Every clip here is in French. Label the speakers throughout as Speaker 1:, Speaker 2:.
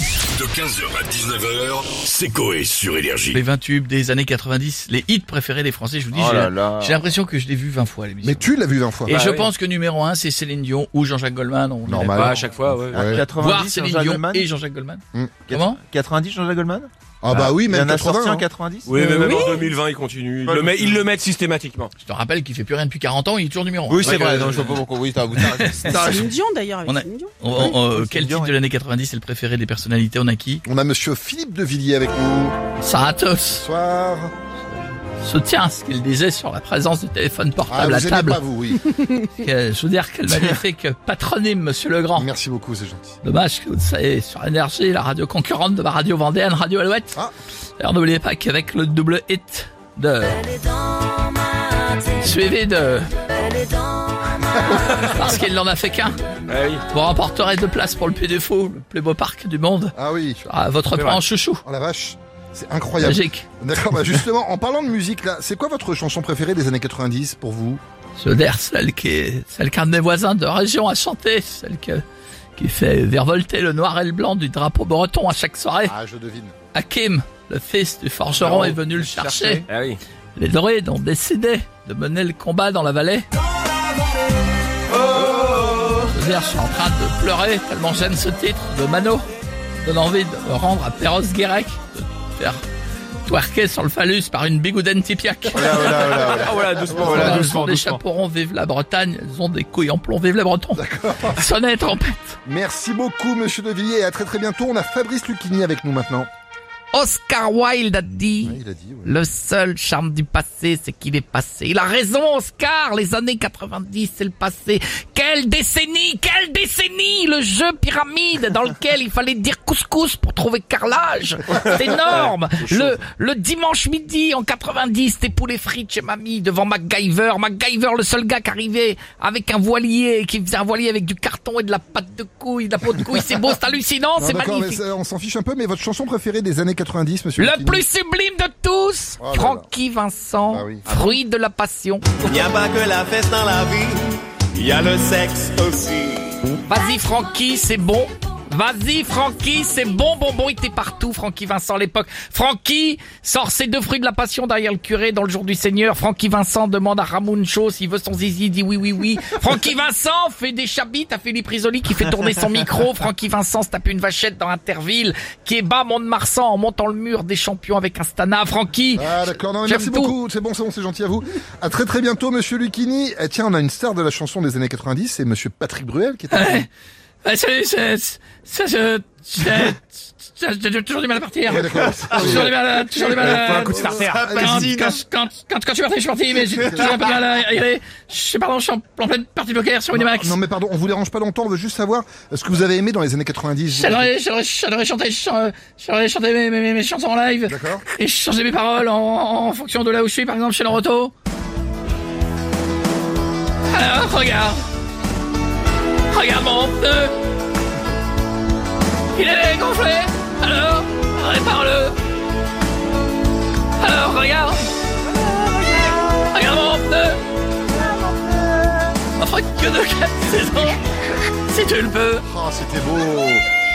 Speaker 1: De 15h à 19h, c'est Coé sur Énergie.
Speaker 2: Les 20 tubes des années 90, les hits préférés des Français, je vous dis,
Speaker 3: Oh
Speaker 2: j'ai-
Speaker 3: là là.
Speaker 2: j'ai l'impression que je l'ai vu 20 fois l'émission.
Speaker 4: Mais tu l'as vu d'un fois.
Speaker 2: Et
Speaker 3: Bah
Speaker 2: je
Speaker 3: oui.
Speaker 2: pense que numéro 1, c'est Céline Dion ou Jean-Jacques Goldman. On
Speaker 4: Normal.
Speaker 2: dirait
Speaker 3: Bah,
Speaker 2: pas.
Speaker 3: à chaque fois, ouais.
Speaker 4: Ouais.
Speaker 2: Voir
Speaker 3: 90,
Speaker 2: Céline
Speaker 3: Jean-Jacques
Speaker 2: Dion
Speaker 3: Goldman Mmh.
Speaker 2: et Jean-Jacques Goldman.
Speaker 4: Hum.
Speaker 2: Comment
Speaker 3: 90, Jean-Jacques Goldman
Speaker 4: Ah bah oui,
Speaker 3: Il en
Speaker 4: même
Speaker 3: a sorti
Speaker 4: 80.
Speaker 3: en
Speaker 4: hein.
Speaker 3: 90
Speaker 5: Oui, mais
Speaker 2: Euh,
Speaker 5: même
Speaker 2: oui.
Speaker 5: en 2020, ils continuent. Ils
Speaker 3: Pas
Speaker 5: le,
Speaker 3: le
Speaker 5: met-
Speaker 3: plus.
Speaker 5: ils le mettent systématiquement.
Speaker 2: Je te rappelle qu'il fait plus rien depuis 40 ans, il est toujours numéro 1.
Speaker 3: Oui, c'est vrai. non, je vois pas
Speaker 4: pourquoi. Oui, t'as
Speaker 6: Céline Dion d'ailleurs avec
Speaker 2: On a-
Speaker 6: Céline Dion.
Speaker 2: quel
Speaker 3: Céline Dion,
Speaker 2: titre de
Speaker 3: ouais.
Speaker 2: l'année 90 est le préféré des personnalités On a qui
Speaker 4: On a monsieur Philippe de Villiers avec nous.
Speaker 2: Saratos
Speaker 4: Bonsoir.
Speaker 2: se tient à ce qu'il disait sur la présence du téléphone
Speaker 4: Ah,
Speaker 2: portable
Speaker 4: vous
Speaker 2: à
Speaker 4: aimez
Speaker 2: table.
Speaker 4: pas vous, oui.
Speaker 2: Que- je veux dire, quel magnifique patronyme, monsieur Legrand.
Speaker 4: Merci beaucoup, c'est gentil.
Speaker 2: Dommage que vous soyez sur Énergie, la radio concurrente de ma radio vendéenne, Radio Alouette.
Speaker 4: Ah.
Speaker 2: Alors n'oubliez pas qu'avec le double hit de... Suivi de... Parce qu'il n'en a fait qu'un,
Speaker 5: Ah oui.
Speaker 2: vous remporterez deux places pour le Puy du Fou, le plus beau parc du monde.
Speaker 4: Ah oui.
Speaker 2: Ah, votre plan chouchou,
Speaker 4: Oh la vache. C'est incroyable.
Speaker 2: magique.
Speaker 4: D'accord, bah justement, en parlant de musique là, c'est quoi votre chanson préférée des années 90 pour vous
Speaker 2: Je veux dire, celle qui est- celle qu'un de mes voisins de région a chantée, celle que- qui fait vervolter le noir et le blanc du drapeau breton à chaque soirée.
Speaker 4: Ah, je devine.
Speaker 2: Hakim, le fils du forgeron, est venu le chercher.
Speaker 5: Ah oui.
Speaker 2: Les druides ont décidé de mener le combat dans la vallée. Je veux dire, je suis en train de pleurer tellement j'aime ce titre de Mano. Donne envie de me rendre à Perros Guérec, de faire twerker sur le phallus par une bigoudaine tipiaque.
Speaker 4: Voilà, voilà, voilà, voilà.
Speaker 5: Ah voilà, doucement.
Speaker 2: Ils
Speaker 5: Voilà,
Speaker 2: ont
Speaker 5: doucement,
Speaker 2: des
Speaker 5: doucement.
Speaker 2: chaperons, vive la Bretagne. Ils ont des couilles en plomb, vive les Bretons. Sonnez trompette.
Speaker 4: Merci beaucoup, monsieur De Villiers, et à très très bientôt. On a Fabrice Lucchini avec nous maintenant.
Speaker 7: Oscar Wilde a dit
Speaker 4: Ouais, il a dit. ouais.
Speaker 7: Le seul charme du passé, c'est qu'il est passé. Il a raison, Oscar. Les années 90, c'est le passé. Quelle décennie, quelle décennie Le jeu pyramide dans lequel il fallait dire couscous pour trouver carrelage. C'est énorme. Le, le dimanche midi en 90, tes poulets frites chez mamie devant MacGyver. MacGyver, le seul gars qui arrivait avec un voilier, qui faisait un voilier avec du carton et de la pâte de couille, de la peau de couille. C'est beau, c'est hallucinant,
Speaker 4: Non,
Speaker 7: c'est
Speaker 4: Ah, d'accord,
Speaker 7: magnifique.
Speaker 4: mais ça, on s'en fiche un peu, mais votre chanson préférée des années 90, monsieur
Speaker 7: Le
Speaker 4: Lucchini
Speaker 7: plus sublime de tous,
Speaker 4: Oh là là.
Speaker 7: Francky Vincent,
Speaker 4: Ah oui.
Speaker 7: fruit de la passion.
Speaker 8: Y a pas que la fête dans la vie, y a le sexe aussi.
Speaker 7: Vas-y Francky, c'est bon. Vas-y Francky, c'est bon, bon, bon, il était partout, Francky Vincent à l'époque. Francky sort ses deux fruits de la passion derrière le curé dans le jour du Seigneur. Francky Vincent demande à Ramuncho s'il veut son zizi, il dit oui, oui, oui. Francky Vincent fait des chabits à Philippe Risoli qui fait tourner son micro. Francky Vincent se tape une vachette dans Interville qui est bas Mont-de-Marsan en montant le mur des champions avec un stana. Francky,
Speaker 4: Ah d'accord, non, mais
Speaker 7: J'aime
Speaker 4: merci
Speaker 7: tout.
Speaker 4: beaucoup, c'est bon, c'est bon, c'est gentil à vous. À très très bientôt, monsieur Lucchini. Eh, tiens, on a une star de la chanson des années 90, c'est monsieur Patrick Bruel qui est avec nous.
Speaker 2: Ah, salut, c'est, c'est, c'est- c'est- c'est- j'ai toujours du mal à partir.
Speaker 4: Ouais, d'accord.
Speaker 2: Toujours du mal à, toujours du mal à- Quand,
Speaker 4: Allez-y,
Speaker 2: quand, quand, quand, quand je suis parti, je suis parti, mais j'ai toujours un peu de mal à y aller. Je sais, pardon, je suis en, en pleine partie de poker sur Winamax.
Speaker 4: Non mais pardon, on vous dérange pas longtemps, on veut juste savoir euh, ce que vous avez aimé dans les années 90.
Speaker 2: J'adorais, j'adorais, j'adorais chanter, je chan- euh, j'adorais chanter mes, mes, mes- mes chansons en live.
Speaker 4: D'accord.
Speaker 2: Et je changeais mes paroles en, en fonction de là où je suis, par exemple chez Loroto. Alors, regarde. Regarde mon pneu. Il est gonflé. Alors, répare-le. Alors, regarde. Regarde mon pneu. Enfin, que de quatre saisons. Si tu le peux.
Speaker 4: Oh, c'était beau.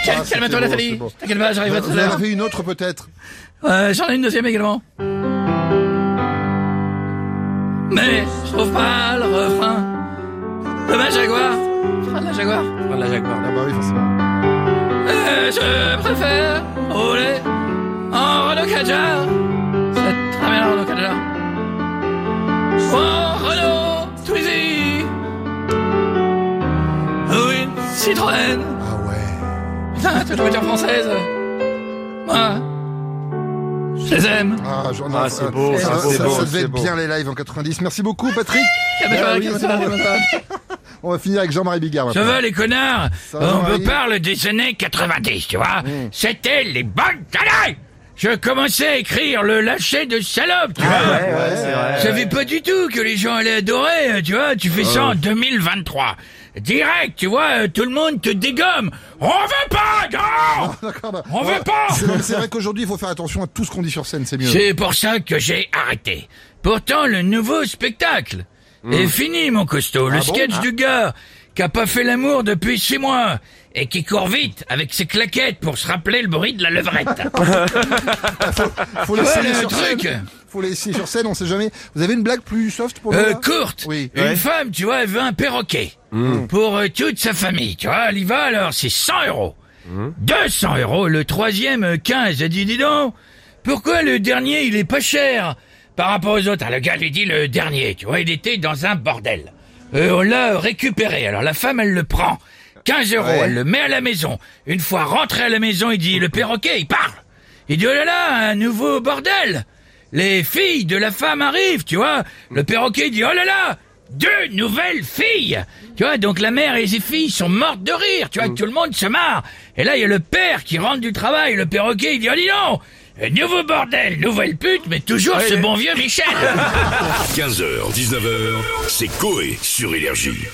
Speaker 2: Calme-
Speaker 4: Ah, c'était Ah,
Speaker 2: Calme-toi,
Speaker 4: beau,
Speaker 2: Nathalie.
Speaker 4: c'est beau.
Speaker 2: T'inquiète pas, j'arrive à tout
Speaker 4: Vous
Speaker 2: à
Speaker 4: en
Speaker 2: l'heure.
Speaker 4: avez une autre peut-être
Speaker 2: Euh, J'en ai une deuxième également. Mais je trouve pas le refrain de ma Jaguar. Refrain de la Jaguar.
Speaker 5: Prends de la Jaguar.
Speaker 4: Ah bah oui, forcément.
Speaker 2: Euh, je préfère rouler en Renault Kadjar. C'est très bien la Renault Kadjar. Ou en Renault Twizy. Ou une Citroën.
Speaker 4: Ah ouais.
Speaker 2: Putain, toute voiture française. Moi, je les aime.
Speaker 4: Ah, j'en ai-
Speaker 5: Ah, c'est beau,
Speaker 4: ça,
Speaker 5: c'est beau,
Speaker 4: ça- ça
Speaker 5: c'est
Speaker 4: devait être
Speaker 5: beau.
Speaker 4: bien les lives en 90. Merci beaucoup Patrick.
Speaker 2: Calme-toi,
Speaker 4: Ah oui,
Speaker 2: calme-toi, calme-toi.
Speaker 4: On va finir avec Jean-Marie Bigard.
Speaker 2: Ça
Speaker 4: maintenant.
Speaker 2: va les connards
Speaker 4: Ça va,
Speaker 2: On me
Speaker 4: Marie Mmh.
Speaker 2: parle des années 90, tu vois C'était les bonnes années Je commençais à écrire le lâcher de salope, tu
Speaker 4: Ah
Speaker 2: vois Je savais pas du tout que les gens allaient adorer, euh, tu vois Tu fais ça en 2023 Direct, tu vois, euh, tout le monde te dégomme On veut pas, non
Speaker 4: D'accord, bah,
Speaker 2: On veut pas
Speaker 4: C'est c'est vrai qu'aujourd'hui, il faut faire attention à tout ce qu'on dit sur scène, c'est mieux.
Speaker 2: C'est pour ça que j'ai arrêté.
Speaker 4: Hmm. Ah
Speaker 2: Pourtant, le nouveau spectacle est fini, mon costaud. le sketch du gars
Speaker 9: qui a pas fait l'amour depuis six mois et qui court vite avec ses claquettes pour se rappeler le bruit de la levrette.
Speaker 4: Faut
Speaker 9: Ouais,
Speaker 4: l'essayer
Speaker 9: le
Speaker 4: sur
Speaker 9: truc.
Speaker 4: scène. Faut l'essayer sur scène, on sait jamais. Vous avez une blague plus soft pour nous
Speaker 9: Euh,
Speaker 4: là
Speaker 9: courte.
Speaker 4: Oui.
Speaker 9: Une
Speaker 4: Ouais. Hmm.
Speaker 9: femme, tu vois, elle veut un perroquet pour euh, toute sa famille. Tu vois, elle y va alors, c'est 100 euros.
Speaker 4: Hmm.
Speaker 9: 200 euros, le troisième euh, 15. Elle dit, dis donc, pourquoi le dernier il est pas cher par rapport aux autres Alors, Le gars lui dit le dernier, tu vois, il était dans un bordel. Euh, on l'a récupéré, alors la femme elle le prend. 15 euros, elle le met à la maison. Une fois rentré à la maison, il dit, le perroquet, il parle. Il dit, oh là là, un nouveau bordel. Les filles de la femme arrivent, tu vois. Le perroquet dit, oh là là, deux nouvelles filles. Tu vois, donc la mère et ses filles sont mortes de rire, tu vois, tout le monde se marre. Et là, il y a le père qui rentre du travail, le perroquet, il dit, oh dis donc, euh, nouveau bordel, nouvelle pute, mais toujours ce bon vieux Michel.
Speaker 1: 15h, 19h, c'est Coé sur Énergie.